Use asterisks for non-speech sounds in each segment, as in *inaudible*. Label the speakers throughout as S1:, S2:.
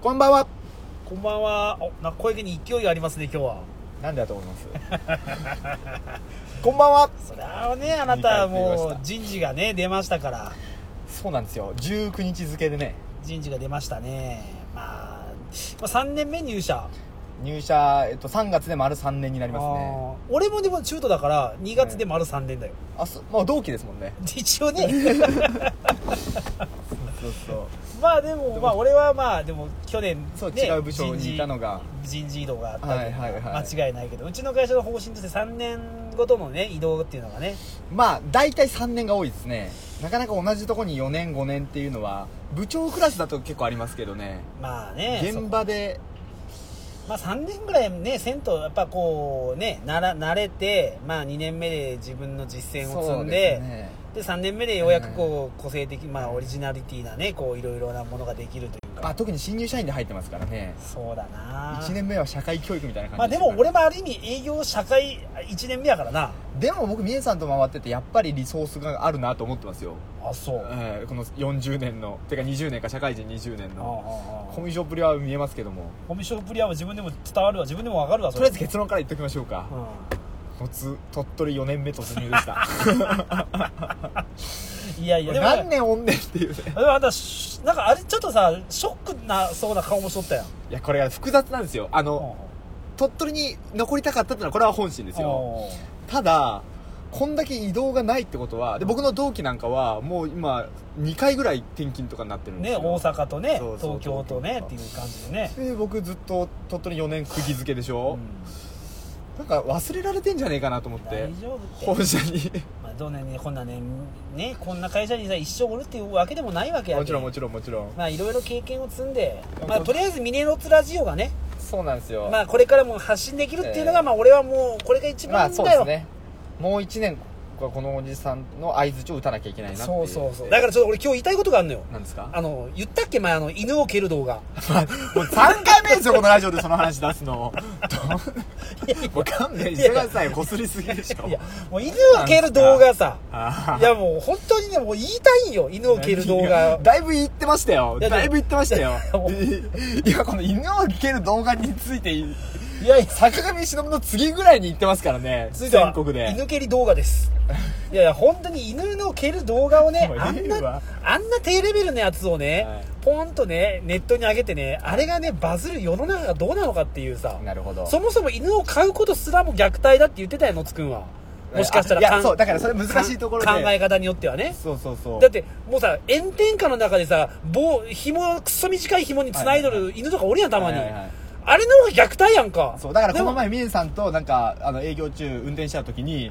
S1: こんばんは
S2: こんばんは。お、なんか小池に勢いがありますね、今日は。
S1: なんでだと思います
S2: *laughs*
S1: こんばんは
S2: そりゃあね、あなた
S1: 二回言いま
S2: も
S1: し
S2: う人事がね、出ましたから。
S1: そうなんですよ19日付でね
S2: 人事が出ましたね。まあ、まあ、3年目入社。
S1: 入社、えっと、3月で丸3年になりますね
S2: あー俺もでも中途だから、2月で丸3年だよ。 *laughs*
S1: あそまあ同期ですもんね
S2: 一
S1: *laughs*
S2: 応ね。
S1: そうそう
S2: まあでも、まあ俺はまあ、でも去年、ね、
S1: そう違う部署にいたのが
S2: 人事。人事異動があったりとか、
S1: はいはいはい
S2: 間違いないけど、うちの会社の方針として3年ごとのね、移動っていうのがね、
S1: まあ大体3年が多いですねなかなか同じとこに4年5年っていうのは部長クラスだと結構ありますけどね
S2: まあね、そ
S1: 現場で
S2: まあ、3年ぐらいね、せんと、やっぱこう、ね、なら、慣れて、まあ、2年目で自分の実践を積んで、
S1: そ
S2: で
S1: うすね
S2: 3年目でようやくこう、個性的、まあ、オリジナリティなね、こう、いろいろなものができるという
S1: まあ
S2: か、
S1: 特に新入社員で入ってますからね
S2: そうだな
S1: 1年目は社会教育みたいな
S2: まあ、
S1: 感じ
S2: で
S1: した
S2: も
S1: から
S2: 俺もある意味営業社会1年目やからな。
S1: でも僕ミエさんと回っててやっぱりリソースがあるなと思ってますよ、
S2: あ、そう。あ
S1: えーこの40年のてか20年か社会人20年
S2: あ
S1: の
S2: ああ
S1: コミュ障ぶりは見えますけども
S2: コミュ障プリアは自分でも伝わるわ、自分でもわかるわ、
S1: とりあえず結論から言っときましょうか
S2: う、ん。
S1: 突鳥取4年目突入でした
S2: いやいや、でも、
S1: 何年おんねんっていうね
S2: でもあんた、しなんかあれちょっとさ、ショックなそうな顔もしとったやん。
S1: いやこれが複雑なんですよあの、
S2: うん
S1: 鳥取に残りたかったってのはこれは本心ですよ
S2: うん
S1: ただこんだけ移動がないってことはで僕の同期なんかはもう今2回ぐらい転勤とかになってるんです
S2: ね、
S1: よ
S2: 大阪とね
S1: そうそう
S2: 東京とね
S1: 東京と
S2: っていう感じでね、
S1: で僕ずっと鳥取4年釘付けでし
S2: う
S1: ょ、
S2: ん
S1: なんか忘れられてんじゃねえかなと思って
S2: 大丈夫って、
S1: 本社に
S2: まあ、どんなにこんなねねこんな会社にさ一生おるっていうわけでもないわけや
S1: もちろんも
S2: ち
S1: ちろんもちろん
S2: まあいろいろ経験を積んで
S1: いや、
S2: まあ、
S1: 本当
S2: とりあえずミネロツラジオがね、
S1: そうなんですよ
S2: まあ、これからも発信できるっていうのが、
S1: ええ
S2: まあ俺はもうこれが一
S1: ま
S2: 番
S1: あ
S2: だ
S1: そ
S2: よ、
S1: うですねもう1年はこのおじさんの相づちを打たなきゃいけないなってい
S2: そうそうそうだからちょっと俺今日言いたいことがあるのよ
S1: なんですか
S2: あの言ったっけ前あの犬を蹴る動画
S1: もう3回目ですよこのラジオでその話出すのもう勘弁してくださいこすりすぎでしょ
S2: いやもう犬を蹴る動画さ
S1: あ
S2: い
S1: ー
S2: やもう本当にねもう言いたいんよ犬を蹴る動画
S1: だいぶ言ってましたよ
S2: いやでも
S1: だいぶ言ってましたよ
S2: もう
S1: いやこの犬を蹴る動画について
S2: いやいや
S1: 坂上忍の次ぐらいに言ってますからね
S2: 続いては
S1: 全国で
S2: 犬蹴り動画ですいやいや本当に犬の蹴る動画をね
S1: もう
S2: あん
S1: いいわ
S2: なあんな低レベルのやつをね、
S1: はい
S2: ポンとねネットに上げてねあれがねバズる世の中がどうなのかっていうさ
S1: なるほど
S2: そもそも犬を飼うことすらも虐待だって言ってたよ野津くんはもしかしたら
S1: いや
S2: かん
S1: そうだからそれ難しいところで
S2: 考え方によってはね
S1: そうそうそう
S2: だってもうさ炎天下の中でさ棒紐くっそ短い紐に繋いど
S1: はい
S2: る犬とかおるやんたまに、
S1: はいはいはい
S2: あれの方が虐待やんか
S1: そうだからこ
S2: で
S1: の
S2: も
S1: 前ミネさんとなんかあの営業中運転してた時に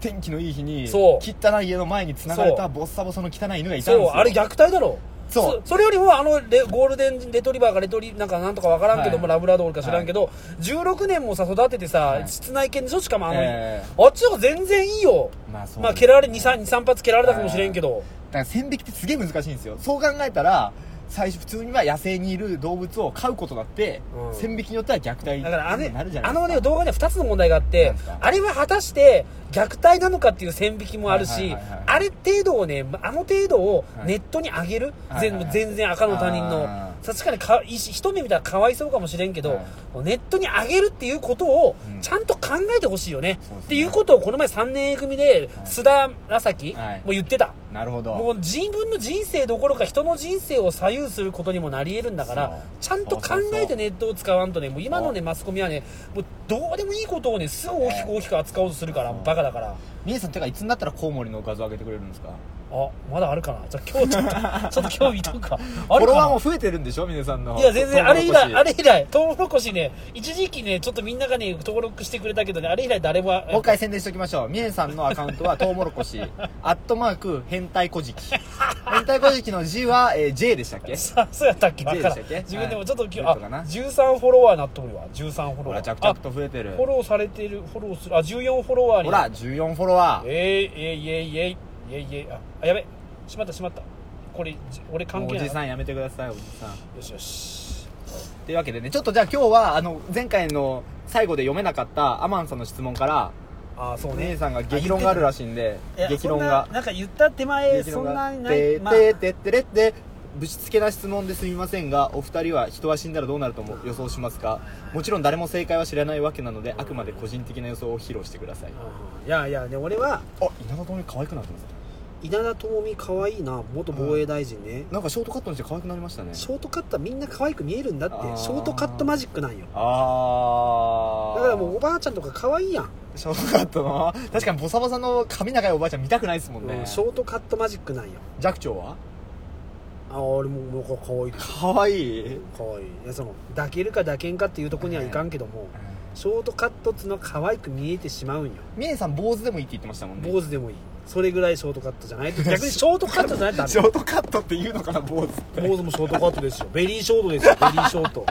S1: 天気のいい日に
S2: そう
S1: 汚い家の前に繋がれたボッサボサの汚い犬がいたんです
S2: そう
S1: よ
S2: あれ虐待だろ
S1: そう
S2: それよりもあのレゴールデンレトリバーかレトリなんかなんとかわからんけども、
S1: はい
S2: ラブラドールか知らんけど、16年もさ育ててさ、
S1: い
S2: 室内犬でしょしかもあの、
S1: え
S2: あっちの方が全然いいよ
S1: まあそう
S2: まあ蹴られ23発蹴られたかもしれんけど、
S1: だから線引きってすげえ難しいんですよそう考えたら最初普通には野生にいる動物を飼うことだって、
S2: うん
S1: 線引きによっては虐待に
S2: だから
S1: な
S2: あれ
S1: るじゃないですか
S2: あのね動画には2つの問題があっ
S1: な
S2: て
S1: んですか
S2: あれは果たして虐待なのかっていう線引きもあるし、
S1: はいはいはいはい
S2: あれ程度をねあの程度を
S1: はい
S2: ネットに上げる、
S1: はいはいはい
S2: 全全然赤の他人の
S1: あー
S2: 確かにか一一目見たらかわいそうかもしれんけど、
S1: はい
S2: ネットに上げるっていうことを
S1: うん
S2: ちゃんと考えてほしいよね、
S1: そうですね
S2: っていうことをこの前3年 A 組で須田紫
S1: はい
S2: も言ってた、
S1: なるほど
S2: もう自分の人生どころか人の人生を左右することにもなり得るんだからち
S1: そ
S2: ゃ
S1: うん
S2: と考えてネットを使わんとねもう今のねマスコミはねもうどうでもいいことをねすぐ大きく大きく扱おうとするから
S1: そう
S2: バカだから
S1: ミネさんてかいつになったらコウモリの画像上げてくれるんですか
S2: あまだあるかなじゃあ今日ちょ
S1: *laughs*
S2: っとちょっと今日見とくか
S1: フ
S2: あ
S1: ォ
S2: る
S1: ロワー
S2: か
S1: も増えてるんでしょミネさんの
S2: ないや全然
S1: ト
S2: あ
S1: ウモ
S2: れ
S1: ロ
S2: 以
S1: コシ
S2: 来あれ以来トウモロコシね一時期ねちょっとみんながね登録してくれたけどねあれ以来誰も
S1: もう一回宣伝しておきましょう。ミエさんのアカウントは、トウモロコシ、アットマーク、変態こじき。変態こじきの字は、えー J でしたっけ
S2: さそうやったっけ
S1: J
S2: わからん
S1: でしたっけ
S2: 自分でもちょっと今日、
S1: はい
S2: あ13フォロワーなっとるわ13フォロ
S1: ほ
S2: ワ
S1: ら、
S2: ー
S1: 着々と増えてる
S2: フォ。ローされてるフォローするあ14フォロワーに
S1: ほら、14フォロワー。
S2: えいえいえいえいえいえいああやべしまったしまったこれじ俺関
S1: もう
S2: 係
S1: お
S2: ない
S1: じさんやめてください、おじさん。
S2: よしよし
S1: というわけでね、ちょっとじゃあ今日は、あの、前回の最後で読めなかったアマンさんの質問から、
S2: ああそう
S1: ミエ
S2: ね
S1: さんが激論があるらしいんで
S2: いや、
S1: 激論
S2: そん
S1: が
S2: な。なんか言った手前
S1: 激論
S2: そんな
S1: が
S2: にない
S1: て
S2: まあ
S1: てててれって、ぶしつけな質問ですみませんがお二人は人は死んだらどうなるとも予想しますかもちろん誰も正解は知らないわけなのであくまで個人的な予想を披露してください
S2: いやいやで俺は
S1: あ稲田朋美可愛くなってますね
S2: 稲田朋美可愛いな元防衛大臣ね、
S1: なんかショートカットにして可愛くなりましたね
S2: ショートカットはみんな可愛く見えるんだって
S1: あー
S2: ショートカットマジックなんよ
S1: ああ
S2: だからもうおばあちゃんとか可愛いやん、
S1: ショートカットの確かにボサボサの髪長いおばあちゃん見たくないですもんね
S2: うんショートカットマジックなんよ
S1: 寂聴は
S2: あ俺ももう可愛いです
S1: 可愛い
S2: 可愛いいやその抱けるか抱けんかっていうとこにはいかんけども、ショートカットっつうのは可愛く見えてしまうんよ
S1: みえさん坊主でもいいって言ってましたもんね
S2: 坊主でもいいそれぐらいショートカットじゃ *laughs* ないと逆にショートカットじゃないとダ
S1: ショートカットって言うのかな坊主って
S2: メ坊主もショートカットですよ *laughs* ベリーショートですよベリーショート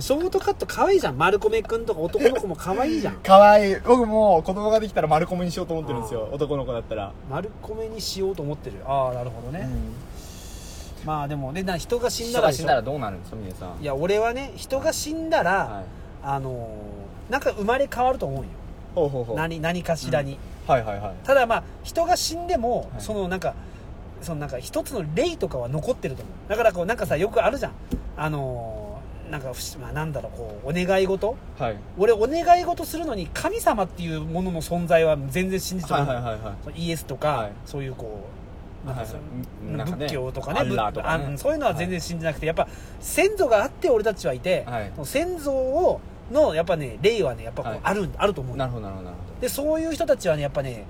S2: ショートカット可愛いじゃん丸米くんとか男の子も可愛いじゃん
S1: 可愛い僕も子供ができたら丸コメにしようと思ってるんですよ
S2: あ
S1: 男の子だったら
S2: 丸米にしようと思ってるああなるほどね、まあでもねな人が死ん
S1: 人
S2: だら
S1: が
S2: でしょ
S1: 死んだらどうなるんですかみえさん
S2: いや俺はね人が死んだら、
S1: はい
S2: あのーなんか生まれ変わると思うよ
S1: ほうほうほうはい
S2: 何何かしらに、
S1: はいはい
S2: ただまあ人が死んでも、
S1: はい
S2: そのなんかそのなんか一つの霊とかは残ってると思うだからこうなんかさよくあるじゃんあのーなんか不思まあ、なんだろうこうお願い事
S1: はい
S2: 俺お願い事するのに神様っていうものの存在は全然信じて
S1: は
S2: な
S1: は
S2: いい,、
S1: いはいはい
S2: そのイエスとか、
S1: はい
S2: そういうこうなんかそ
S1: は
S2: の
S1: いなんかね
S2: 仏教とかね
S1: アッラーとかね
S2: 仏あそういうのは全然信じなくて、やっぱ先祖があって俺たちはいて、
S1: はい
S2: その先祖をのやっぱね霊はねやっぱこう
S1: はい
S2: ある,、あると思うよ
S1: なるほどなるほどなる
S2: でそういう人たちはねやっぱね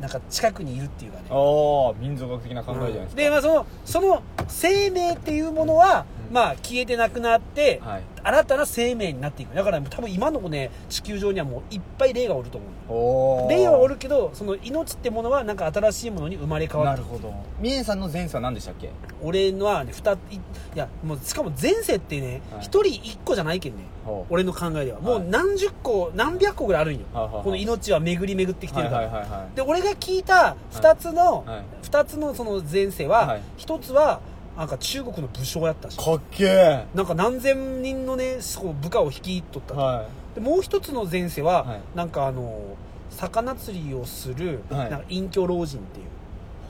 S2: なんか近くにいるっていうかね
S1: ほどああ民族学的な考えじゃないですか
S2: で、まあ、そのその生命っていうものは、
S1: うん
S2: まあ、消えてなくなって、
S1: はい
S2: 新たな生命になっていくだから多分今のね地球上にはもういっぱい霊がおると思う
S1: おお
S2: 霊はおるけどその命ってものはなんか新しいものに生まれ変わ
S1: な
S2: る
S1: るほどみえさんの前世は何でしたっけ
S2: 俺のはね二ついいやもうしかも前世ってね
S1: はい
S2: 一、人一個じゃないけんね
S1: ほう
S2: 俺の考えではもう
S1: はい
S2: 何十個何百個ぐらいあるんよ、
S1: はいはいはい
S2: この命は巡り巡ってきてるから、
S1: はいはいはいはい
S2: で俺が聞いた2つの、
S1: はい
S2: 二つのその前世
S1: は
S2: はい1つはなんか中国の武将やったし
S1: かっけえ
S2: なんか何千人のねそう部下を率いとったと、
S1: は
S2: でもう1つの前世は、
S1: はい
S2: なんかあの魚釣りをする、
S1: はい
S2: なんか隠居老人っていう
S1: い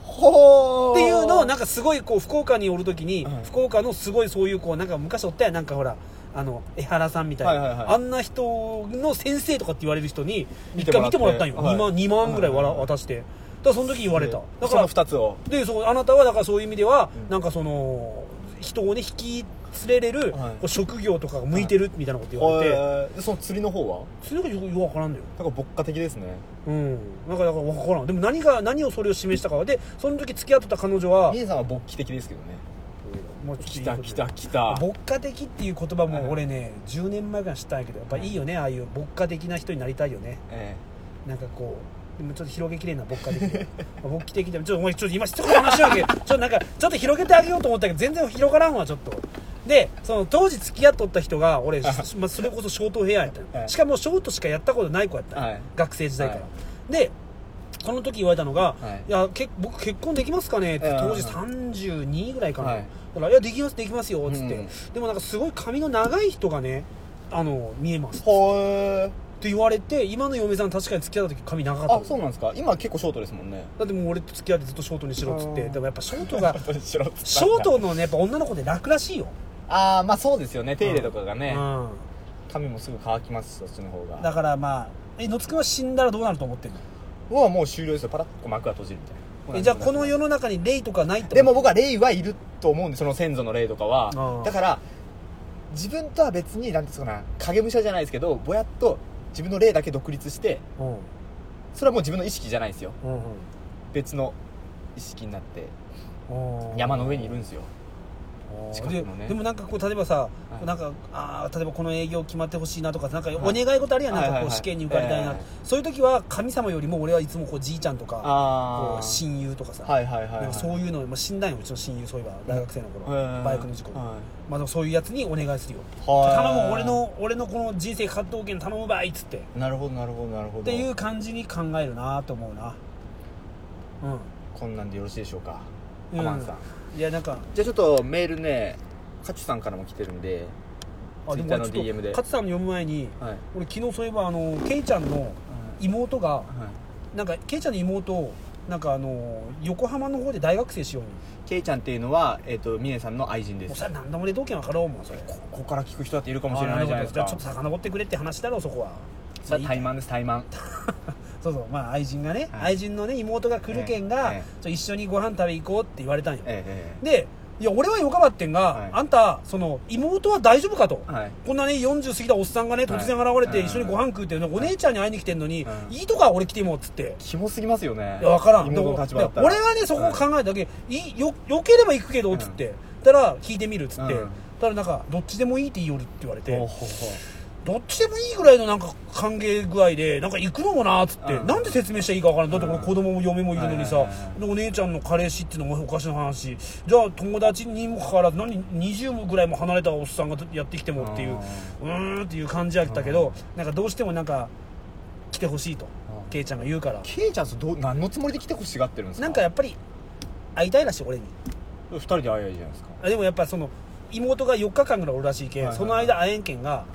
S1: ほ
S2: っていうのを
S1: な
S2: なんかすごいこう福岡におるときに、
S1: はい
S2: 福岡のすごいそういうこうなんか昔おったやんなんかほらあの江原さんみたいな、
S1: はいはいはい
S2: あんな人の先生とかって言われる人に
S1: 見
S2: 一
S1: てもら
S2: 回見
S1: って
S2: てもらったんよ、
S1: はい
S2: 2万2万ぐらいわ
S1: はい
S2: ら
S1: はいはい
S2: 渡してだからその時言われた、だ
S1: だ
S2: か
S1: から
S2: ら
S1: 2つを
S2: でそうあなたはだからそういう意味では、
S1: うん
S2: なんかその人をね引き連れれる、
S1: はい
S2: こう職業とかが向いてるみたいなこと言われて、
S1: えーその釣りの方は
S2: それがよくよくわからんのよ
S1: なんか牧歌的ですね
S2: うんなんかだからわからんでも何が何をそれを示したかはでその時付き合ってた彼女は
S1: みえさんは勃起的ですけどね
S2: もう
S1: 来
S2: ちょっとい
S1: た
S2: いこと
S1: 来た来た
S2: 牧歌的っていう言葉も俺ね10年前から知ったんやけどやっぱいいよねああいう牧歌的な人になりたいよね
S1: え
S2: なんかこうでもちょっと広げきれんな牧歌的まあ牧歌的でもちょっとお前ちょっと今しつこい話だけどちょっとなんかちょっと広げてあげようと思ったけど全然広がらんわちょっとでその当時付き合っとった人が俺、まあ、それこそショートヘアやった
S1: は
S2: の
S1: い
S2: しかもショートしかやったことない子やったの、
S1: はい
S2: 学生時代から、
S1: は
S2: でその時言われたのが「
S1: はい
S2: い、やけ僕結婚できますかね?」って当時
S1: うん
S2: 32ぐらいかな、
S1: はい
S2: だから「いやできますできますよ」っつって、
S1: うん
S2: でもなんかすごい髪の長い人がねあの見えます
S1: えはえ
S2: って言われて今の嫁さん確かに付き合った時髪長かった
S1: あ
S2: の
S1: そうなんですか今結構ショートですもんね
S2: だってもう俺と付き合ってずっとショートにしろっつって
S1: うん
S2: でもやっぱショ
S1: *laughs*
S2: ートが
S1: ショート
S2: ショートのねやっぱ女の子で楽らしいよ、
S1: ああまあそうですよね手入れとかが
S2: う
S1: ね
S2: ん、
S1: 髪もすぐ乾きますしそっちの方が
S2: だからまあえのつくんは死んだらどうなると思ってんの
S1: はもう終了ですよパラッと幕が閉じるみたいな
S2: えじゃあこの世の中に霊とかないってこと
S1: でも僕は霊はいると思うんでその先祖の霊とか
S2: あ
S1: は
S2: あ
S1: だから自分とは別になんていうんですかな影武者じゃないですけどぼやっと自分の霊だけ独立して
S2: うん
S1: それはもう自分の意識じゃないですよ
S2: うん
S1: 別の意識になって
S2: うんうん
S1: 山の上にいるんですよ近く
S2: で
S1: のね
S2: でもなんかこう例えばさ、
S1: はい
S2: なんかあー例えばこの営業決まってほしいなとかなんかお
S1: はい
S2: 願い事あるやん、
S1: はい
S2: なん
S1: はい
S2: か
S1: はいう
S2: こ試験に受かりたいな、
S1: ええ
S2: そういう時は神様よりも俺はいつもこうじいちゃんと
S1: あ
S2: かこ
S1: あ
S2: う親友とかさ、
S1: はいはいはいはい
S2: なんかそういうの、まあ、死んだんようちの親友そういえば大学生の頃、
S1: うん
S2: バイクの事故で、
S1: はい
S2: まあ、でもそういうやつにお願いするよ
S1: はい
S2: 頼む俺の俺のこの人生葛藤権頼むばいっつってっ
S1: なるほどなるほどなるほど
S2: ていう感じに考えるなと思うなうん
S1: こんなんでよろしいでしょうか
S2: うん
S1: アマンさん
S2: いやなんか
S1: じゃあちょっとメールねカチュさんからも来てるんで
S2: あで
S1: Twitter
S2: も
S1: の
S2: ちょっ
S1: DM
S2: と
S1: で
S2: 勝さんの読む前に
S1: はい
S2: 俺昨日そういえばあのケイちゃんの妹が
S1: は
S2: なんかケイちゃんの妹なんかあの横浜の方で大学生しように
S1: ケイちゃんっていうのは、えっと峰さんの愛人で
S2: もう
S1: す
S2: それ何でもで同件分かろうもんそれ
S1: ここから聞く人だっているかもしれないじゃないですか
S2: あなるほどじゃあちょっと遡ってくれって話だろそこは
S1: それは怠慢です怠慢
S2: そうそうまあ愛人がね、
S1: はい
S2: 愛人のね妹が来るけんが、
S1: ええええ
S2: ちょ一緒にご飯食べ行こうって言われたんよ、
S1: えええ
S2: でいや俺はよかばってんが、
S1: はい
S2: あんたその妹は大丈夫かと、
S1: えはい
S2: こんなね40過ぎたおっさんがね
S1: はい
S2: 突然現れて
S1: はい
S2: 一緒にご飯食うって、お姉ちゃんに会いに来てんのに、
S1: はい
S2: い、いとか俺来てもっつって、
S1: キモすぎますよね
S2: いや分からん
S1: 妹の立場だったら
S2: 俺はねそこを考えただけ、いいよよければ行くけどっつって、たら聞いてみるっつって、
S1: うん
S2: たらなんかどっちでもいいって言いよるって言われて、
S1: ほうほうほう
S2: どっちでもいいぐらいのなんか歓迎具合でなんか行くのもなっつって、
S1: うん
S2: なんで説明したらいいかわからんだって
S1: うん
S2: 俺子供も嫁もいるのにさ、
S1: はいはい
S2: でお姉ちゃんの彼氏っていうのもおかしな話じゃあ友達にもかかわらず何20もぐらいも離れたおっさんがやってきてもっていううーんっていう感じやったけど、なんかどうしてもなんか来てほしいと、
S1: うん
S2: ケイちゃんが言うから
S1: ケイちゃんとどう何のつもりで来てほしがってるんですか
S2: なんかやっぱり会いたいらしい俺に
S1: 二人で会えばいいじゃないですか
S2: あでもやっぱその妹が4日間ぐらいおるらしいけん、
S1: はいはい
S2: その間会えんけんが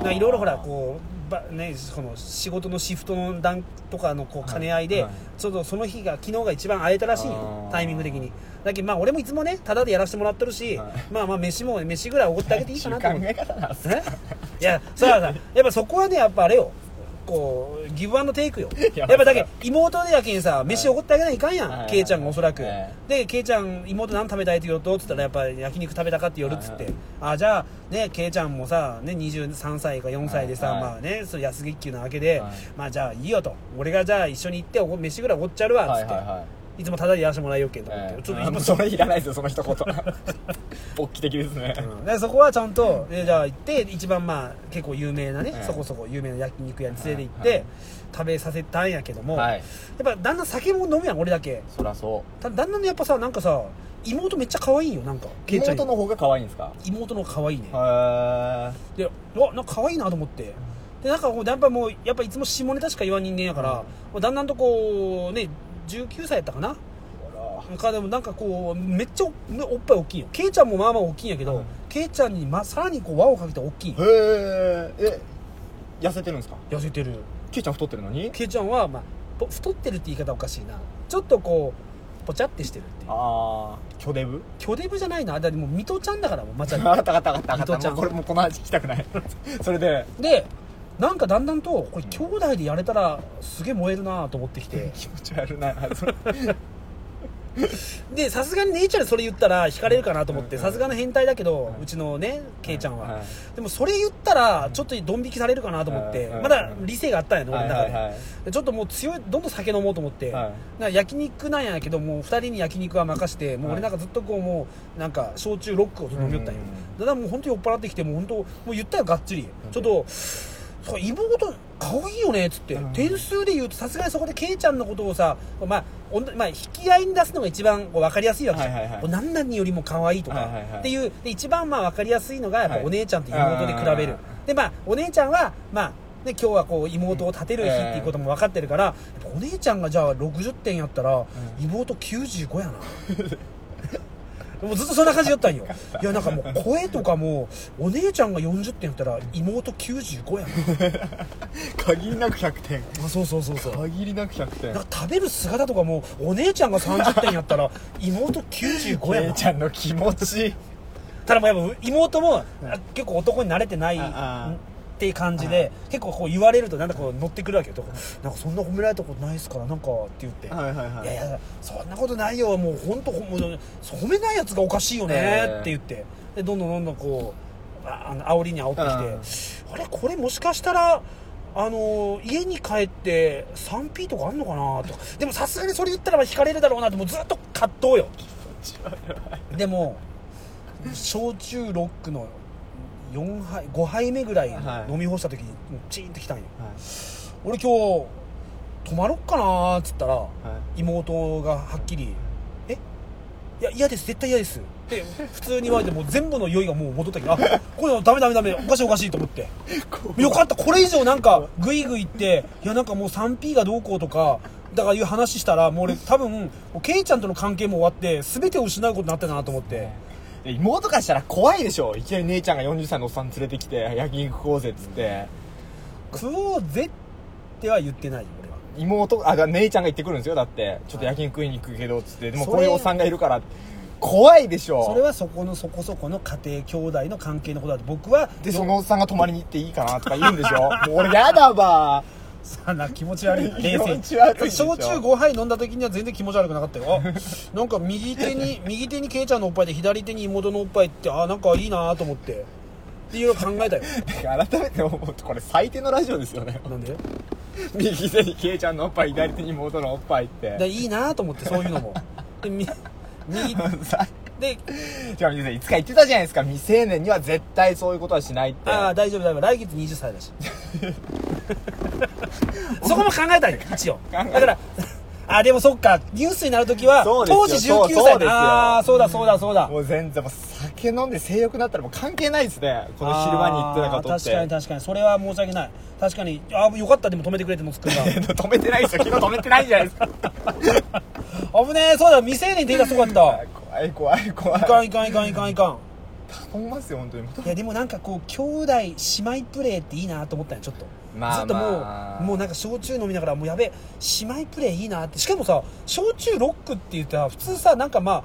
S1: あ
S2: ないろいろほらこうば、ね、この仕事のシフトの段とかのこう
S1: はい
S2: 兼ね合いで、
S1: はい
S2: ちょっとその日が昨日が一番会えたらしいんよ
S1: あー
S2: タイミング的にだけどまあ俺もいつもねタダでやらせてもらってるし、
S1: はい
S2: まあまあ飯も飯ぐらいおごってあげていいかなと思っ
S1: 考
S2: て
S1: え方なんですね
S2: えいやそらさやっぱそこはねやっぱあれよこうギブアンドテイクよや
S1: や
S2: っぱだけ妹でやけんさ飯おごってあげないかんやん、
S1: はい
S2: ケイちゃんがおそらく、
S1: は
S2: でケイちゃん妹何食べたいって言うとっつったらやっぱり焼肉食べたかって言うるっつって、
S1: はい
S2: あじゃあねケイちゃんもさ、ね、23歳か4歳でさ、
S1: はい
S2: まあねそう安月給なわけで、
S1: はい
S2: まあじゃあいいよと俺がじゃあ一緒に行っておご飯ぐらいおごっちゃるわっつ
S1: は
S2: っ
S1: い
S2: て、
S1: はいいはい
S2: つもタダでやらせてもらえよっけんと思って、
S1: ええ
S2: ち *laughs* ょっと
S1: あも
S2: 今
S1: うそれいらないですよその一
S2: *laughs*
S1: 言勃起的ですね
S2: うんでそこはちゃんと、でじゃあ行って一番まあ結構有名なね、
S1: ええ
S2: そこそこ有名な焼肉屋に連れて行って、
S1: はいはい
S2: 食べさせたんやけども、
S1: は
S2: や
S1: い
S2: っぱ旦那酒も飲むやん俺だけ
S1: そりゃそ
S2: た旦那のやっぱさなんかさ妹めっちゃ可愛いんよなんか
S1: う
S2: ケイちゃんよ
S1: 妹の方が可愛いんですか
S2: 妹の可愛いね、
S1: へ
S2: でうわなんか可愛いなと思ってでなんかこうやっぱもうやっぱいつも下ネタしか言わん人間やから、もう旦那んとこうね19歳やったかな
S1: え
S2: かでもなんかこうめっちゃおおっぱい大きいよケイちゃんもまあまあ大きいんやけど、
S1: うん
S2: ケイちゃんに、ま、さらにこう輪をかけて大きい
S1: へええ痩せてるんですか
S2: 痩せてる
S1: ケイちゃん太ってるのに
S2: ケイちゃんは、まあ、ぽ太ってるって言い方おかしいなちょっとこうぽちゃってしてるっていう
S1: ああ巨デブ
S2: 巨デブじゃないなだってもうミトちゃんだからもうまちゃ
S1: あ
S2: ん
S1: ったあったあったあ
S2: ミ
S1: っ
S2: ト
S1: た
S2: ちゃん
S1: もうこれもうこの話聞きたくない
S2: *laughs*
S1: それで
S2: でなんかだんだんとこれ兄弟でやれたらすげえ燃えるなと思ってきて
S1: *laughs* 気持ち悪いなそれ
S2: でさすがに姉ちゃんにそれ言ったら惹かれるかなと思って
S1: うん
S2: さすがの変態だけど
S1: うん
S2: うちのねケイちゃんは、
S1: い
S2: でもそれ言ったらちょっとドン引きされるかなと思って、
S1: うん
S2: まだ理性があったんやね、
S1: は
S2: 俺
S1: い
S2: の
S1: は
S2: 中
S1: い
S2: で、 *laughs*
S1: はい
S2: でちょっともう強いどんどん酒飲もうと思って、
S1: はい
S2: なんか焼肉なんやけどもう2人に焼肉は任してもう
S1: は
S2: 俺
S1: い
S2: なんかずっとこうもうなんか焼酎ロックを飲みよった
S1: うんうんう
S2: んよ
S1: ん
S2: だからもう本当に酔っ払ってきてもう本当もう言ったよがっつりちょっとそう妹可愛いよねっつって、
S1: うん
S2: 点数で言うとさすがにそこでケイちゃんのことをさ、まあ、おんまあ引き合いに出すのが一番こう分かりやすいわけじゃん、
S1: はいはいはい
S2: こう何々よりも可愛いとか、
S1: はいはいはい
S2: っていうで一番まあ分かりやすいのがやっぱ
S1: はい
S2: お姉ちゃんと妹で比べる、
S1: あ
S2: でまあお姉ちゃんはまあね、今日はこう妹を立てる日っていうことも分かってるから、やっぱお姉ちゃんがじゃあ60点やったら、妹95やな *laughs* もうずっとそんな感じだったんよいやなんかもう声とかもお姉ちゃんが40点やったら妹95やな
S1: 限りなく100点
S2: あそうそうそうそう
S1: 限りなく100点
S2: なんか食べる姿とかもお姉ちゃんが30点やったら妹95や
S1: ケイ
S2: な
S1: ちゃんの気持ち
S2: ただもうやっぱ妹もあ結構男に慣れてない
S1: ああ
S2: っていう感じで結構こう言われるとなんかこう乗ってくるわけよとかなんかそんな褒められたことないですからなんかって言って、
S1: はいはい
S2: いやいやそんなことないよもう本当もう褒めないやつがおかしいよね
S1: ええ
S2: って言ってでどんどんどんどんこうああの煽りに煽ってきてあれこれもしかしたらあの家に帰って 3P とかあんのかなとかでもさすがにそれ言ったらまあ引かれるだろうなってもうずっと葛藤よでも焼酎ロックの4杯5杯目ぐらい
S1: はい
S2: 飲み干した時にもうチーンってきたんよ
S1: はい
S2: 俺今日泊まろっかなーっつったら
S1: はい
S2: 妹がはっきり「えいや嫌です絶対嫌です」って普通に言われてもう全部の酔いがもう戻ったけど「あこれダメダメダメおかしいおかしい」と思ってよかったこれ以上なんかグイグイっていやなんかもう 3P がどうこうとかだからいう話したらもう俺多分もうケイちゃんとの関係も終わって全てを失うことになったなと思って
S1: 妹からしたら怖いでしょいきなり姉ちゃんが40歳のおっさん連れてきて焼肉食おうぜっつって
S2: 食おうぜっては言ってないよ俺は
S1: 妹あが姉ちゃんが行ってくるんですよだってちょっと焼き肉食いに行くけどっつってでも
S2: そ
S1: こ
S2: れ
S1: ういうおっさんがいるから怖いでしょ
S2: それはそこのそこそこの家庭兄弟の関係のことだと僕は
S1: でそのおっさんが泊まりに行っていいかなとか言うんでしょもう俺やだば
S2: さな気持ち悪い
S1: *laughs* 気
S2: 冷静
S1: 持ち悪いでしょ
S2: 焼酎5杯飲んだ時には全然気持ち悪くなかったよあ *laughs* なんか右手に右手にケイちゃんのおっぱいで左手に妹のおっぱいってあなんかいいなと思ってっていうの考えた
S1: *laughs*
S2: よ
S1: 改めて思うとこれ最低のラジオですよね
S2: なんで
S1: 右手にケイちゃんのおっぱい左手に妹のおっぱいって
S2: でいいなと思ってそういうのもでみ右
S1: さ
S2: で
S1: じゃあ水谷いつか言ってたじゃないですか未成年には絶対そういうことはしないって
S2: ああ大丈夫大丈夫来月20歳
S1: *laughs*
S2: だしそこも考
S1: *laughs*
S2: えたんよ一応
S1: え
S2: だからあでもそっかニュースになるときは
S1: そう
S2: 当
S1: で
S2: 時
S1: すよ
S2: 19
S1: そうそう
S2: 歳
S1: ですよ
S2: ああそうだそうだそうだ
S1: もう全然もう酒飲んで性欲になったらもう関係ないですねこの昼間に行ってなかった
S2: あ
S1: っ
S2: ー
S1: て
S2: 確かに確かにそれは申し訳ない確かにあーよかったでも止めてくれてもつ
S1: *laughs*
S2: くんが
S1: 止めてないですよ昨日止めてないじゃないですか
S2: 危ねえそうだ未成年手出しとかった
S1: 怖い怖い怖い
S2: いかんいかんいかんいかんいかん
S1: 頼みますよ本当に
S2: いやでもなんかこう兄弟姉妹プレーっていいなと思ったんよちょっと、
S1: まあ
S2: ずっともう、
S1: まあ
S2: もうなんか焼酎飲みながらもうやべえ姉妹プレーいいなってしかもさ焼酎ロックって言ったら普通さなんかま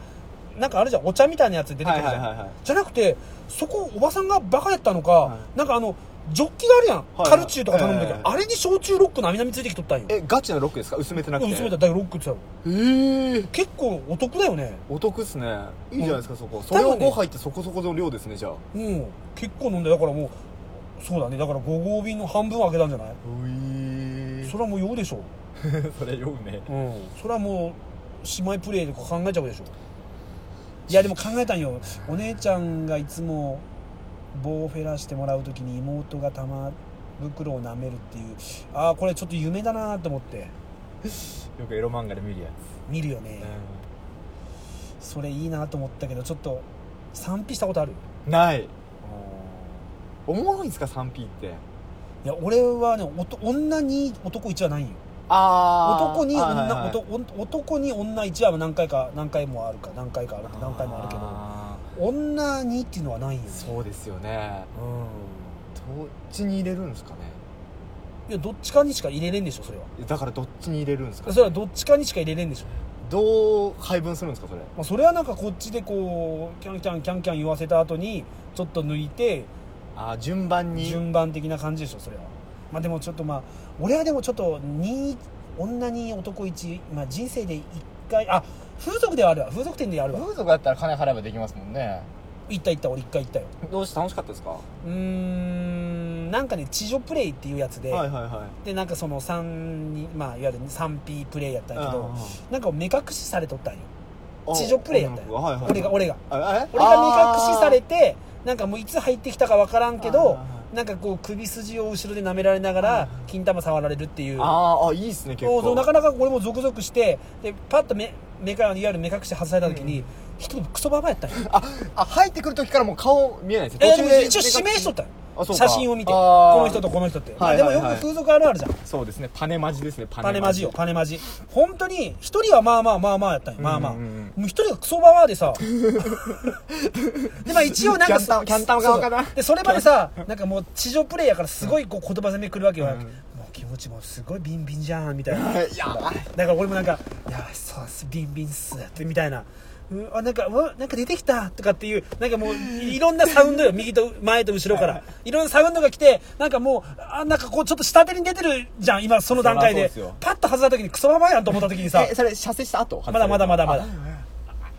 S2: あなんかあるじゃんお茶みたいなやつ出てくるじゃん、
S1: はいはいはいはい
S2: じゃなくてそこおばさんがバカやったのか、
S1: い
S2: なんかあのジョッキがあるやん、
S1: はい
S2: カルチューとか頼む
S1: え
S2: 時、
S1: え
S2: あれに焼酎ロックなみなみついてきとったんよ
S1: えガチのロックですか薄めてなくて
S2: 薄めたら大ロックって言って
S1: ええ
S2: たよ結構お得だよね
S1: お得っすねいいじゃないですかそこそ
S2: 多
S1: れを
S2: 分ね
S1: 5杯ってそこそこの量ですねじゃあ
S2: うん結構飲んでだからもうそうだねだから5合瓶の半分は開けたんじゃないう
S1: い
S2: それはもう酔うでしょ
S1: それ酔うね
S2: うんそれはもう姉妹プレーとか考えちゃうでしょいやでも考えたんよお姉ちゃんがいつも棒フェラしてもらう時に妹が玉袋を舐めるっていうああこれちょっと夢だなと思って
S1: よくエロ漫画で見るや
S2: 見るよね
S1: つ、
S2: それいいなと思ったけどちょっと賛否したことある
S1: ないおもろいんすか 3P って
S2: いや俺はねおと女に男1はないんよ
S1: あ
S2: 男に女、
S1: はいはいはい
S2: おとお男に女1は何回か何回もあるか何回かある何回もあるけど
S1: あ
S2: 女にっていうのはないんよね
S1: ーそうですよね
S2: う
S1: どっちに入れるんですかね
S2: んいやどっちかにしか入れれんでしょそれは
S1: だからどっちに入れるんですか
S2: それはどっちかにしか入れれんでしょ、
S1: どう配分するんですかそれ
S2: まあ、それはなんかこっちでこうキャンキャンキャンキャン言わせた後にちょっと抜いて
S1: あー順番に
S2: 順番的な感じでしょそれはまあでもちょっとまあ俺はでもちょっと2女に男1、まあ、人生で1回あ風俗ではあるわ風俗店ではあるわ
S1: 風俗だったら金払えばできますもんね
S2: 行った行った俺1回行ったよ
S1: どうして楽しかったですかは
S2: うーんなんかね地上プレイっていうやつで、
S1: いはいは
S2: でなんかその3にまあいわゆる 3P プレイやったんやけど
S1: い
S2: なんか目隠しされとったんよ
S1: うん
S2: 地上プレイやったよ
S1: 女の子がはいはいはい
S2: 俺が俺が
S1: あえ
S2: 俺が目隠しされてなんかもういつ入ってきたか分からんけど
S1: あ
S2: なんかこう首筋を後ろで舐められなが
S1: はいはい
S2: ら金玉触られるっていう
S1: あーあいいっすね結
S2: そうそ
S1: 構
S2: うなかなか俺もゾクゾクしてでパッと目目からいわゆる目隠し外された時に、人クソババアやったんよ
S1: ああ入ってくる時からもう顔見えないです
S2: え
S1: ね
S2: ーでも一応指名しとったよ
S1: あそうか
S2: 写真を見てこ
S1: あー
S2: の人とこの人って、
S1: はいはいはい
S2: でもよく風俗あるあるじゃん
S1: そうですねパネマジですねパ
S2: パネマジよパネマジ本当に一人はまあまあまあまあやったんよまあまあ
S1: うんうんうん
S2: もう一人がクソババア
S1: *laughs*
S2: でさでまあ一応なんか
S1: キャンタキャンタマ側かな
S2: そうでそれまでさなんかもう地上プレイやからすごいこう言葉攻めくるわけよ、
S1: うん
S2: もう気持ちもすごいビンビンじゃんみたいな
S1: はいやばい
S2: だから俺もなんか「いやそうっすビンビンっす」ってみたいな「うんあなんかうわなんか出てきた」とかっていうなんかもういろんなサウンドよ右と前と後ろからいろんなサウンドが来てなんかもうあなんかこうちょっと下手に出てるじゃん今その段階で
S1: そりゃそうですよ
S2: パッと外れた時にクソババアやんと思った時にさ
S1: えそれ射精した後
S2: まだまだまだまだ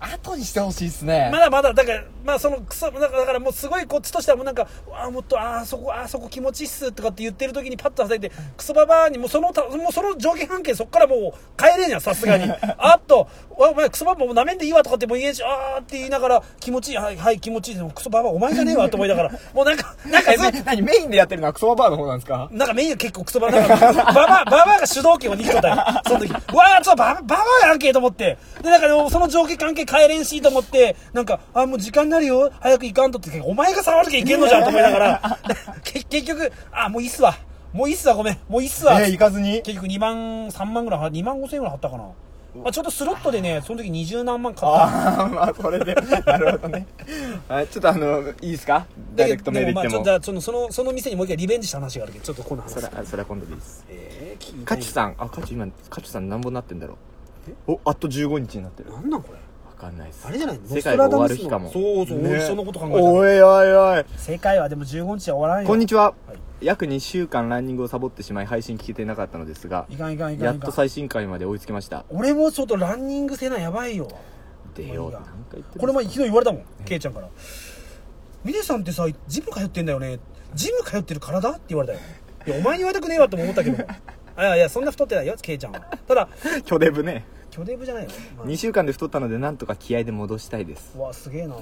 S1: あ後にしてほしいっすね
S2: まだまだだからまあそのクソなんかだからもうすごいこっちとしてはもうなんか「あもっとあーそこあーそこ気持ちいいっす」とかって言ってる時にパッと外れてクソババアにもうそのたもうその上下関係そっからもう帰れんやんさすがにあっと「わお前クソババアもうなめんでいいわ」とかっても言えんし「あーって言いながら気持ちいいはいはい気持ちいいでもクソババアお前じゃねえわと思いながらもうなんかなんか
S1: え
S2: ずっと
S1: め何メインでやってるのはクソババアの方なんですか
S2: なんかメニュー結構クソババアだからババア、ババアが主導権を握っとったよ。その時。うわあ、ちょっとババババアやんけと思って。で、なんかでもその上下関係変えれんしと思って、なんか、あ、もう時間になるよ。早く行かんとって、お前が触るきゃいけんのじゃんと思いながら、 *laughs* け結局、あ、もういいっすわ。もういいっすわ、ごめん。もういいっすわ。 *laughs*
S1: えー行かずに
S2: 結局2万、3万ぐらい払、2万5千円ぐらい払ったかな。まあ、ちょっとスロットでねその時二十何万買った
S1: ああまあこれで *laughs* なるほどねはいちょっとあのいいですかダイレクトメール行って
S2: でも
S1: も
S2: まあちょっとだからそのそのその店にもう一回リベンジした話があるけどちょっとこの話
S1: それあそれは今度でいいです
S2: えー、聞い
S1: カ
S2: て
S1: チュさんあカチュ今カチュさん何本なってんだろうおあと15日になってるわ
S2: なんなんこれ
S1: かんないです
S2: あれじゃないの
S1: 世界が終わる日か
S2: ノ
S1: も
S2: ストラダムスのそうそう俺そのこと考えた
S1: おいおいおい
S2: 世界はでも15日は終わらないよ
S1: こんにちは、
S2: はい
S1: 約2週間ランニングをサボってしまい配信聞けてなかったのですが
S2: いかんいかんいか
S1: や
S2: ん
S1: っ
S2: いか
S1: と
S2: ん
S1: 最新回まで追いつきました
S2: 俺もちょっとランニングせなやばいよ
S1: 出よう
S2: い
S1: な
S2: や
S1: んか言ってる
S2: これも昨日言われたもんケイちゃんから「ミネさんってさジム通ってんだよねジム通ってる体?」って言われたよいやお前に言われたくねえわとも思ったけど *laughs* あいやいやそんな太ってないよケイちゃんはただ
S1: 巨デブね
S2: 巨デブじゃな
S1: *laughs*
S2: いよ、まあ
S1: 2週間で太ったのでなんとか気合で戻したいです
S2: うわすげえな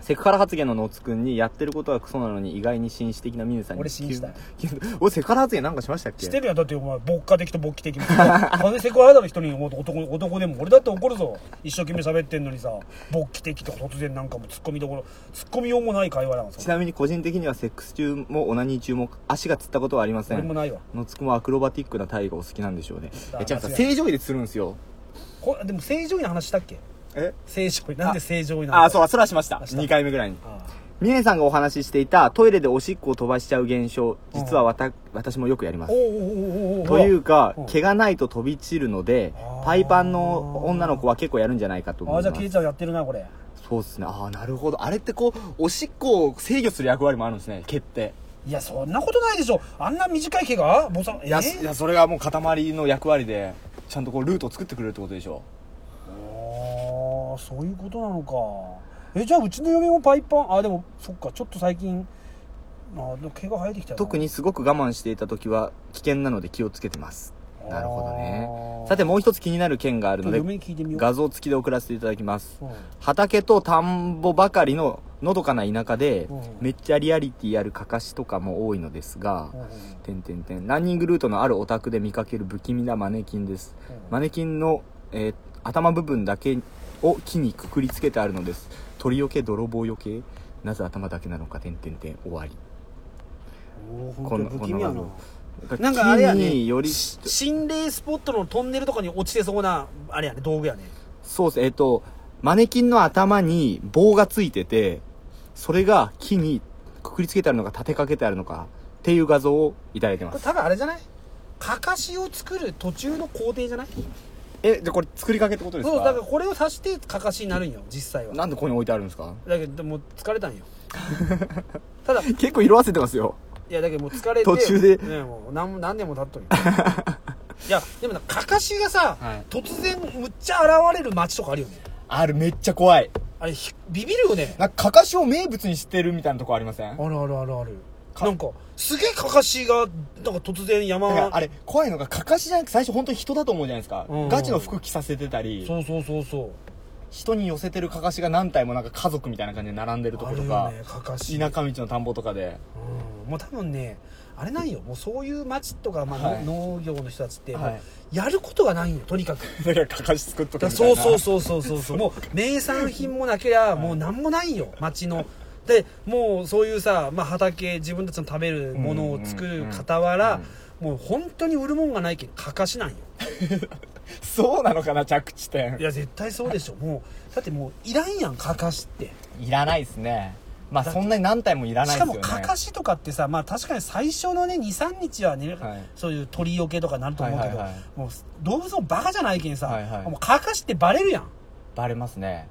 S1: セクハラ発言のノーツくんにやってることはクソなのに意外に紳士的なミネさんに
S2: 俺紳士だよ
S1: 急に急に *laughs* おセクハラ発言なんかしましたっけ
S2: してるやんだってお前牧歌的と勃起的に *laughs* 風セクハラだろ一人に男男でも俺だって怒るぞ一生懸命喋ってんのにさ勃起的とか突然なんかもうツッコミどころツッコミようもない会話だもんそれ
S1: ちなみに個人的にはセックス中もオナニー中も足がつったことはありませ
S2: 俺も
S1: ん
S2: ないわ
S1: ノツくんはアクロバティックな体がお好きなんでしょうね
S2: だ
S1: えじゃあさ
S2: 間違い
S1: 正常位で釣るんですよ
S2: こでも正常位の話したっけ
S1: え
S2: 正常位なんで正常位なの
S1: ああそうそれはしました
S2: あした
S1: 2回目ぐらいに
S2: ああ
S1: ミネさんがお話ししていたトイレでおしっこを飛ばしちゃう現象実はわた、私もよくやります
S2: おおおおお
S1: というか
S2: うん
S1: 毛がないと飛び散るので
S2: あー
S1: パイパンの女の子は結構やるんじゃないかと
S2: あ
S1: 思
S2: あ
S1: い
S2: じゃ
S1: ま
S2: あケイ
S1: す
S2: ちゃんやってるなこれ
S1: そうですねああなるほどあれってこうおしっこを制御する役割もあるんですね毛って
S2: いやそんなことないでしょあんな短い毛がボサ
S1: い
S2: え
S1: や,、いやそれがもう塊の役割でちゃんとこうルートを作ってくれるってことでしょ
S2: ああそういうことなのかえじゃあうちの嫁もパイパンあでもそっかちょっと最近あでも毛が生えてきたな
S1: 特にすごく我慢していた時は危険なので気をつけてますなるほどねさてもう一つ気になる件がある
S2: ちょ
S1: の
S2: っと
S1: で
S2: 嫁に聞いてみよう
S1: 画像付きで送らせていただきます
S2: うん
S1: 畑と田んぼばかりののどかな田舎で
S2: うん
S1: めっちゃリアリティあるかかしとかも多いのですが
S2: うんうん
S1: 点々点ランニングルートのあるお宅で見かける不気味なマネキンですマネキンの、えー頭部分だけを木にくくりつけてあるのです鳥よけ泥棒よけなぜ頭だけなのか点々点終わり
S2: おーほんと
S1: こんな
S2: 不気味やな
S1: こんな
S2: なんかあれやね
S1: 木により
S2: し心霊スポットのトンネルとかに落ちてそうなあれやね道具やね
S1: そうですえっ、とマネキンの頭に棒がついててそれが木にくくりつけてあるのか立てかけてあるのかっていう画像をいただいてま
S2: これ
S1: す
S2: 多分あれじゃないかかしを作る途中の工程じゃない
S1: えじゃあこれ作りかけってことです
S2: そう
S1: か
S2: だからこれを足してかかしになるんよ実際は
S1: なんでここに置いてあるんですか
S2: だけどもう疲れたん
S1: *laughs*
S2: よただい
S1: 結構色あせてますよ
S2: やだけどもう疲れて
S1: 途中で
S2: ね、もう何何年も経っとるよいやでもなかかしがさ、
S1: はい
S2: 突然むっちゃ現れる街とかあるよね
S1: あるめっちゃ怖い
S2: あれひビビるよね
S1: なんかかかしを名物にしてるみたいなとこありません
S2: あるあるあるあるなんかすげえかかしがなんか突然山
S1: だからあれ怖いのがかかしじゃなくて最初本当に人だと思うじゃないですか、
S2: うん
S1: ガチの服着させてたり
S2: そうそうそうそう
S1: 人に寄せてるかかしが何体もなんか家族みたいな感じで並んでるとこ
S2: あ
S1: と
S2: る
S1: か、
S2: よねかかし
S1: 田舎道の田んぼとかで
S2: うんもう多分ねあれないよもうそういう町とか、まあ
S1: はい
S2: 農業の人たちって、もう
S1: はい
S2: やることがないんよとにかく
S1: *laughs* だからかかし作っとくみたいな
S2: そうそうそうそうそうそうもう名産品もなけりゃもう何もないよ町のでもうそういうさ、まあ、畑自分たちの食べるものを作る傍ら、もう本当に売るもんがないけんかかしなんよ
S1: そうなのかな着地
S2: い
S1: 点
S2: や絶対そうでしょもうだってもういらんやんかかしって
S1: いらないですねまあ
S2: だって
S1: そんなに何体もいらない
S2: し
S1: で
S2: か
S1: すよ
S2: も
S1: ね
S2: かかしとかってさまあ確かに最初のね23日はね、
S1: はい
S2: そういう鳥よけとかなると思うけど、
S1: はいはいはい
S2: もう動物もバカじゃないけんさ、
S1: はいはい
S2: もうかかしってバレるやん、うん、
S1: バレますね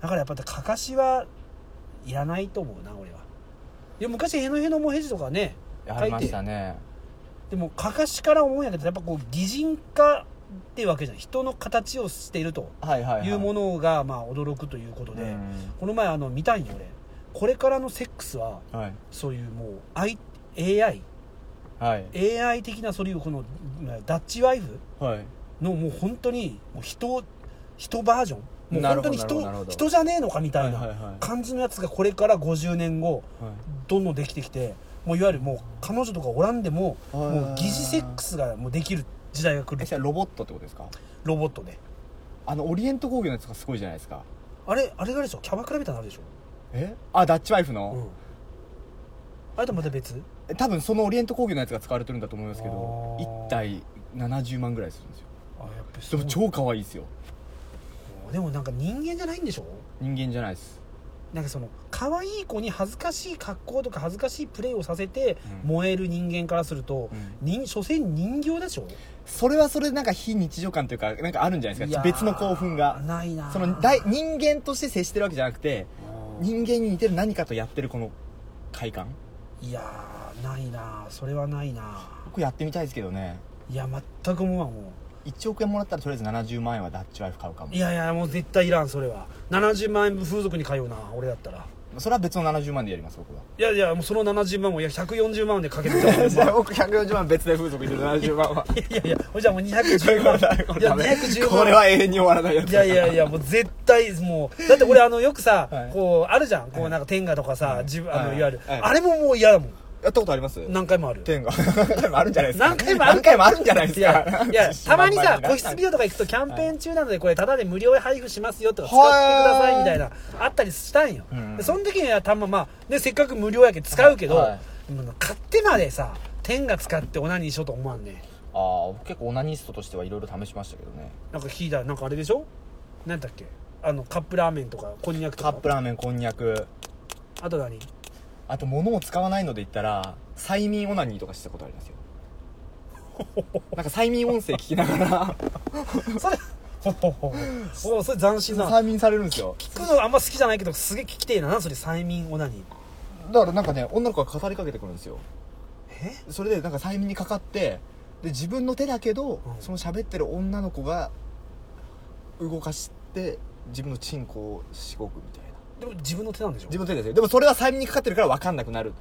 S2: だからやっぱかかしはいらないと思うな俺はいや昔へのへのもへじとかね
S1: ありましたね
S2: でもかかしから思うんやけどやっぱこう擬人化っていうわけじゃん人の形をしていると
S1: はいはい、はい、
S2: いうものがまあ驚くということで、
S1: うん
S2: この前あの見たんよ俺これからのセックスは
S1: はい
S2: そういうもう I- AI
S1: はい
S2: AI 的なそういうこのまあダッチワイフ
S1: はい
S2: のもう本当にもう人人バージョンもう
S1: なる
S2: 本
S1: ほ
S2: 当
S1: ど
S2: に人
S1: なるほど
S2: 人じゃねえのかみたい
S1: はいはい
S2: な
S1: はい
S2: 感じのやつがこれから50年後
S1: はい
S2: どんどんできてきてもういわゆるもう彼女とかおらんでも
S1: はい
S2: もう疑似セックスがもうできる時代が来
S1: え
S2: る
S1: じゃあロボットってことですか
S2: ロボットで
S1: あのオリエント工業のやつがすごいじゃないですか
S2: あれあれがあれでしょキャバクラみたいなのあるでし
S1: えあダッチワイフ
S2: ょ、
S1: の、
S2: うん、あれとまた別
S1: 多分そのオリエント工業のやつが使われてるんだと思いますけ
S2: あ
S1: ど
S2: ー
S1: 1体70万ぐらいするんですよ
S2: あやっぱ
S1: で
S2: そう
S1: も超可愛いですよ
S2: でもなんか人間じゃないんでしょ
S1: 人間じゃないです
S2: なんかその可愛い子に恥ずかしい格好とか恥ずかしいプレーをさせて
S1: うん
S2: 燃える人間からすると、
S1: うん
S2: 人所詮人形でしょ
S1: それはそれでなんか非日常感というかなんかあるんじゃないですか別の興奮が
S2: ないな
S1: その大人間として接してるわけじゃなくて人間に似てる何かとやってるこの快感
S2: いやーないなそれはないな
S1: 僕やってみたいですけどね
S2: いや全く思わんも
S1: 1億円もらったらとりあえず70万円はダッチワイフ買うかも
S2: ういやいやもう絶対いらんそれは70万円分風俗に通うな俺だったら
S1: それは別の70万でやります僕
S2: *laughs*
S1: はい
S2: やいやもうその70万もいや140万でかけてた
S1: *laughs*
S2: い
S1: 僕140万別で風俗に70万は
S2: やいやほいじゃあもう210万いや210
S1: *laughs*
S2: 万
S1: これは永遠に終わらないやつ
S2: いやいやいやもう絶対もうだって俺あのよくさ、
S1: はい
S2: こうあるじゃんこうなんか天下とかさ、自分あの、
S1: はい
S2: いわゆる、
S1: はい
S2: あれももう嫌だもん
S1: やったことあります
S2: 何回もある
S1: 天が何 *laughs* 回もあるんじゃないですか
S2: 何回もある
S1: 何回もあるんじゃないです
S2: い
S1: か
S2: や
S1: *laughs*
S2: いやたまにさ個室ビ
S1: オ
S2: デオとか行くとキャンペーン中なのでこれタダで無料配布しますよとか使ってくださいみたいなあったりしたんよ、
S1: うん
S2: でその時にはたままあでせっかく無料やけど使うけど、
S1: は
S2: もう買ってまでさ天が使ってオナニーしようと思わんね
S1: ああ僕結構オナニストとしてはいろいろ試しましたけどね
S2: なんか聞いたらなんかあれでしょ何だっけあのカップラーメンとかこんにゃくと
S1: カッ
S2: か
S1: プラーメンこんにゃく
S2: あと何
S1: あと物を使わないので言ったら催眠オナニーとかしたことありますよ *laughs* なんか催眠音声聞きながら
S2: それほほほ *laughs* ほおそれ斬新な
S1: 催眠されるんですよ
S2: 聞くのあんま好きじゃないけどすげえ聞きてえな何それ催眠オナニー
S1: だからなんかね女の子が語りかけてくるんですよ
S2: え
S1: それでなんか催眠にかかってで自分の手だけど、
S2: うん
S1: その喋ってる女の子が動かして自分のチンコをしごくみたいな
S2: でも自分の手なんでしょ
S1: 自分の手ですよでもそれは催眠にかかってるから分かんなくなる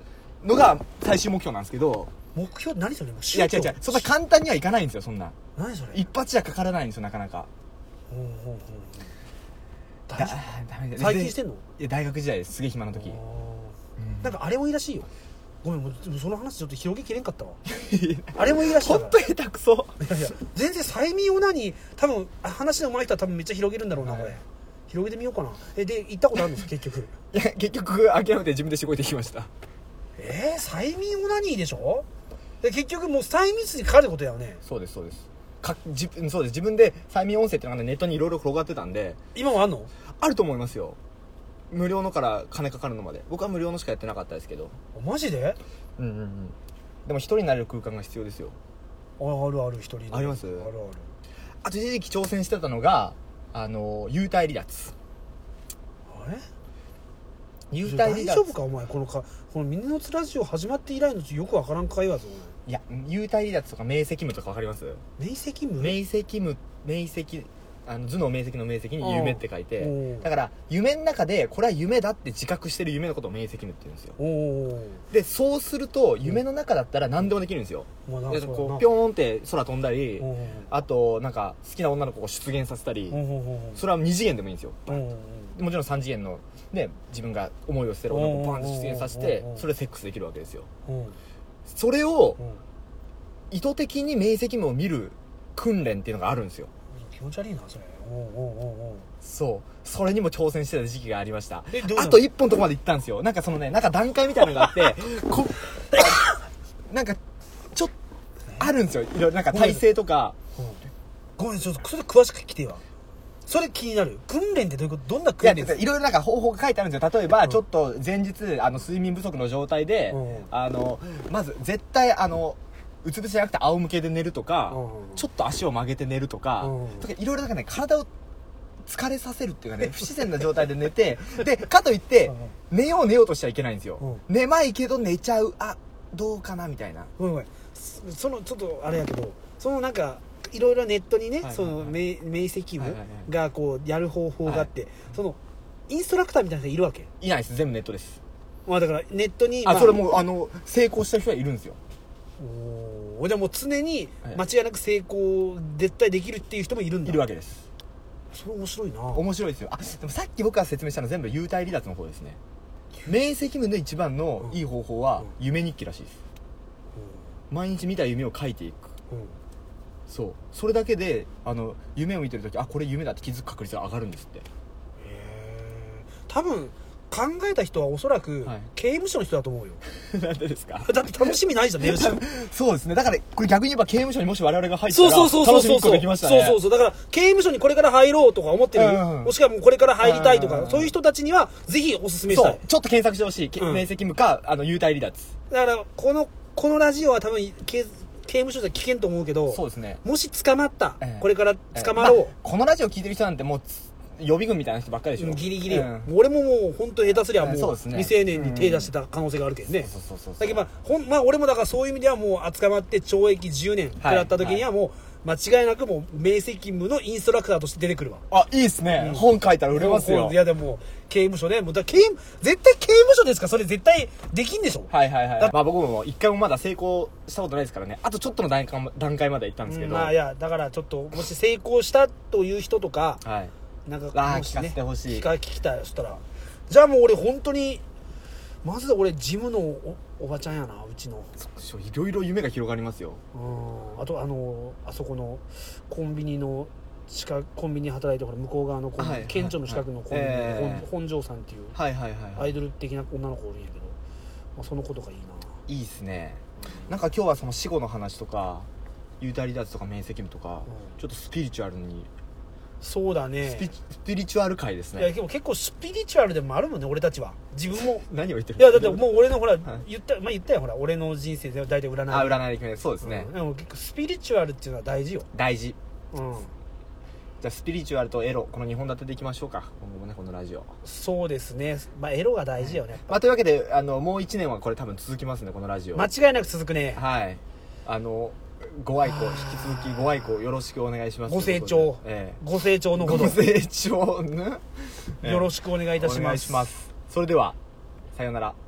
S1: のが最終目標なんですけど
S2: 目標何それもう
S1: いや違う違うそんな簡単にはいかないんですよそんな
S2: 何それ
S1: 一発じゃかからないんですよなかなか
S2: ほうほうほうほう
S1: だ
S2: 大丈
S1: ダメだ
S2: 夫最近してんの
S1: いや大学時代ですすげえ暇な *laughs* 時
S2: あーなんかあれもいいらしいよごめんもうでもその話ちょっと広げきれんかったわあれもいいらしい
S1: 本当に下手くそ
S2: いやいや全然催眠オナニー多分あ話の上手い人は多分めっちゃ広げるんだろうな、
S1: はい
S2: これ広げてみようかなえで行ったことあるんですか結局
S1: いや結局諦めて自分でしごいてきました
S2: えー、催眠オナニーでしょで結局もう催眠室にかかることだよね
S1: そうですそうですか自分そうです自分で催眠音声っていうのがねネットにいろいろ転がってたんで
S2: 今もあんの
S1: あると思いますよ無料のから金かかるのまで僕は無料のしかやってなかったですけど
S2: マジで
S1: うんうんうんでも一人になれる空間が必要ですよ
S2: ああるある一人で
S1: あります
S2: あるある
S1: あと一時期挑戦してたのがあの幽体離脱
S2: あれ
S1: 幽体離
S2: 大
S1: 脱
S2: 丈夫かお前このかこの「ミニのつラジオ」始まって以来のよくわからん会話ぞ
S1: いや幽体離脱とか明晰夢とかわかります
S2: お前明晰夢
S1: 明晰夢明晰あの頭脳明晰の明晰に夢って書い
S2: お
S1: て
S2: う
S1: だから夢の中でこれは夢だって自覚してる夢のことを明晰夢って言うんですよ
S2: おお
S1: でそうすると夢の中だったら何でもできるんですよ、
S2: まあ
S1: で
S2: そう
S1: こうピ
S2: や
S1: ョーンって空飛んだり
S2: な
S1: あとなんか好きな女の子を出現させたり
S2: おおお
S1: それは2次元でもいいんですよ
S2: おお
S1: もちろん3次元のね自分が思いを捨てる女の子をバンって出現させて
S2: うんうんうんうん
S1: それでセックスできるわけですよ
S2: お
S1: それを
S2: お
S1: 意図的に明晰夢を見る訓練っていうのがあるんですよ
S2: 気持ち悪いなそれおおおお
S1: そうそれにも挑戦してた時期がありました
S2: えどうなの
S1: あと一本のとこまで行ったんですよなんかそのねなんか段階みたいなのがあって
S2: *laughs*
S1: こなんかちょっとあるんですよいろいろなんか体勢とか
S2: ごめんちょっとそれ詳しく聞いてよそれ気になる訓練ってどういうことどんない
S1: や
S2: 訓
S1: い
S2: 練
S1: ろいろなんか方法が書いてあるんですよ例えば、ちょっと前日あの睡眠不足の状態で、
S2: うん
S1: あのまず絶対あのうつ伏せじゃなくて仰向けで寝るとか、
S2: うん
S1: ちょっと足を曲げて寝るとか,、
S2: うん
S1: とかいろいろなんかね体を疲れさせるっていうかね不自然な状態で寝てでかといって寝よう寝ようとしちゃいけないんですよ、
S2: うん
S1: 寝まいけど寝ちゃうあどうかなみたいな
S2: ごめんごめんそそのちょっとあれやけどそのなんかいろいろネットにね、
S1: はいはいはい
S2: その明明晰
S1: はい
S2: 夢
S1: はいはい
S2: がこうやる方法があって、そのインストラクターみたいな人がいるわけ
S1: いないです全部ネットです
S2: まあだからネットに
S1: あ、
S2: ま
S1: それもうあの成功した人はいるんですよ
S2: おーじゃあもう常に間違いなく成功絶対できるっていう人もいるんだ
S1: いるわけです
S2: それ面白いな
S1: 面白いですよあでもさっき僕が説明したの全部幽体離脱の方ですね明晰夢の一番のいい方法は夢日記らしいです毎日見た夢を書いていく
S2: うんうん
S1: そうそれだけであの夢を見てるときあこれ夢だって気づく確率が上がるんですって
S2: へー多分考えた人はおそらく
S1: はい
S2: 刑務所の人だと思うよ *laughs*
S1: *laughs* なんでですか
S2: だって楽しみ
S1: *laughs*
S2: ないじゃん寝るし
S1: そうですねだからこれ逆に言えば刑務所にもし我々が入った
S2: そう
S1: ら
S2: そうそうそう
S1: 楽しみ
S2: そう
S1: 一個
S2: そう
S1: できましたね
S2: そうそうだから刑務所にこれから入ろうとか思ってる、
S1: うんうん
S2: もしくはもうこれから入りたいと
S1: うんうん
S2: か
S1: うん
S2: そういう人たちにはぜひおすすめし
S1: そ
S2: たいう
S1: ちょっと検索してほしい、け
S2: うん
S1: 明晰務かあの幽体離脱
S2: だからこのこのラジオは多分刑刑務所じゃ危険と思うけど
S1: そうですね
S2: もし捕まった、
S1: ええ
S2: これから捕まろう、
S1: あこのラジオ聞いてる人なんてもうつ予備軍みたいな人ばっかりでしょ
S2: ギリギリ、
S1: う
S2: よ
S1: ん
S2: 俺ももう本当に下手すりゃもう
S1: えそうですね
S2: 未成年に手出してた可能性があるけどね、
S1: そうそうそうそう
S2: だけどまあほんまあ俺もだからそういう意味ではもう捕まって懲役10年食らった時にはもう間違いなくもう明晰務のインストラクターとして出てくるわ
S1: あいいですね、本書いたら売れますよ
S2: いやでも刑務所ねもうだから刑務絶対刑務所ですからそれ絶対できんでしょ、
S1: はいはいはい
S2: だ
S1: まあ僕も一回もまだ成功したことないですからねあとちょっとの段階ま段階まで行ったんですけど、
S2: まあいやだからちょっともし成功したという人とか
S1: はい
S2: なんか
S1: あー
S2: もし
S1: 聞かせてほしい
S2: 聞か聞きたいそしたらじゃあもう俺本当にまず俺ジムのおおばちゃんやなうちの
S1: そういろいろ夢が広がりますよ
S2: うんあとあのあそこのコンビニの近くコンビニで働いてほら向こう側のコンビニ、
S1: はい
S2: 県庁の近くのコンビニ、
S1: はいええ
S2: 本本庄さんっていう
S1: はいはい
S2: ア
S1: は
S2: イドル的な女の子おるんやけど、まあ、その子とかいいない
S1: いいですねなんか今日はその死後の話とか幽体離脱とか面積とか、
S2: うん
S1: ちょっとスピリチュアルに、
S2: そうだ
S1: スピ
S2: ね
S1: スピリチュアル界です
S2: いや
S1: ね
S2: でも結構スピリチュアルでもあるもんね俺たちは自分も
S1: 何を言ってる
S2: いやだってもう俺のほら、
S1: はい
S2: 言ったまあ言ったよほら俺の人生で大体占い
S1: あ占いで決めるそうですね
S2: うん、でも結構スピリチュアルっていうのは大事よ、
S1: 大事
S2: うん、
S1: じゃあスピリチュアルとエロこの2本立てでいきましょうか今後もねこのラジオ、
S2: そうですね、まあ、エロが大事よね、
S1: まあ、というわけであのもう1年はこれ多分続きますねこのラジオ
S2: 間違いなく続くね
S1: はいあのご愛顧引き続きご愛顧よろしくお願いします
S2: ご清聴
S1: え
S2: ご成長
S1: え
S2: のほど
S1: ご
S2: よ
S1: 清聴ね
S2: ろ
S1: し
S2: しくお願いい
S1: く
S2: たし
S1: お願いしますそれではさようなら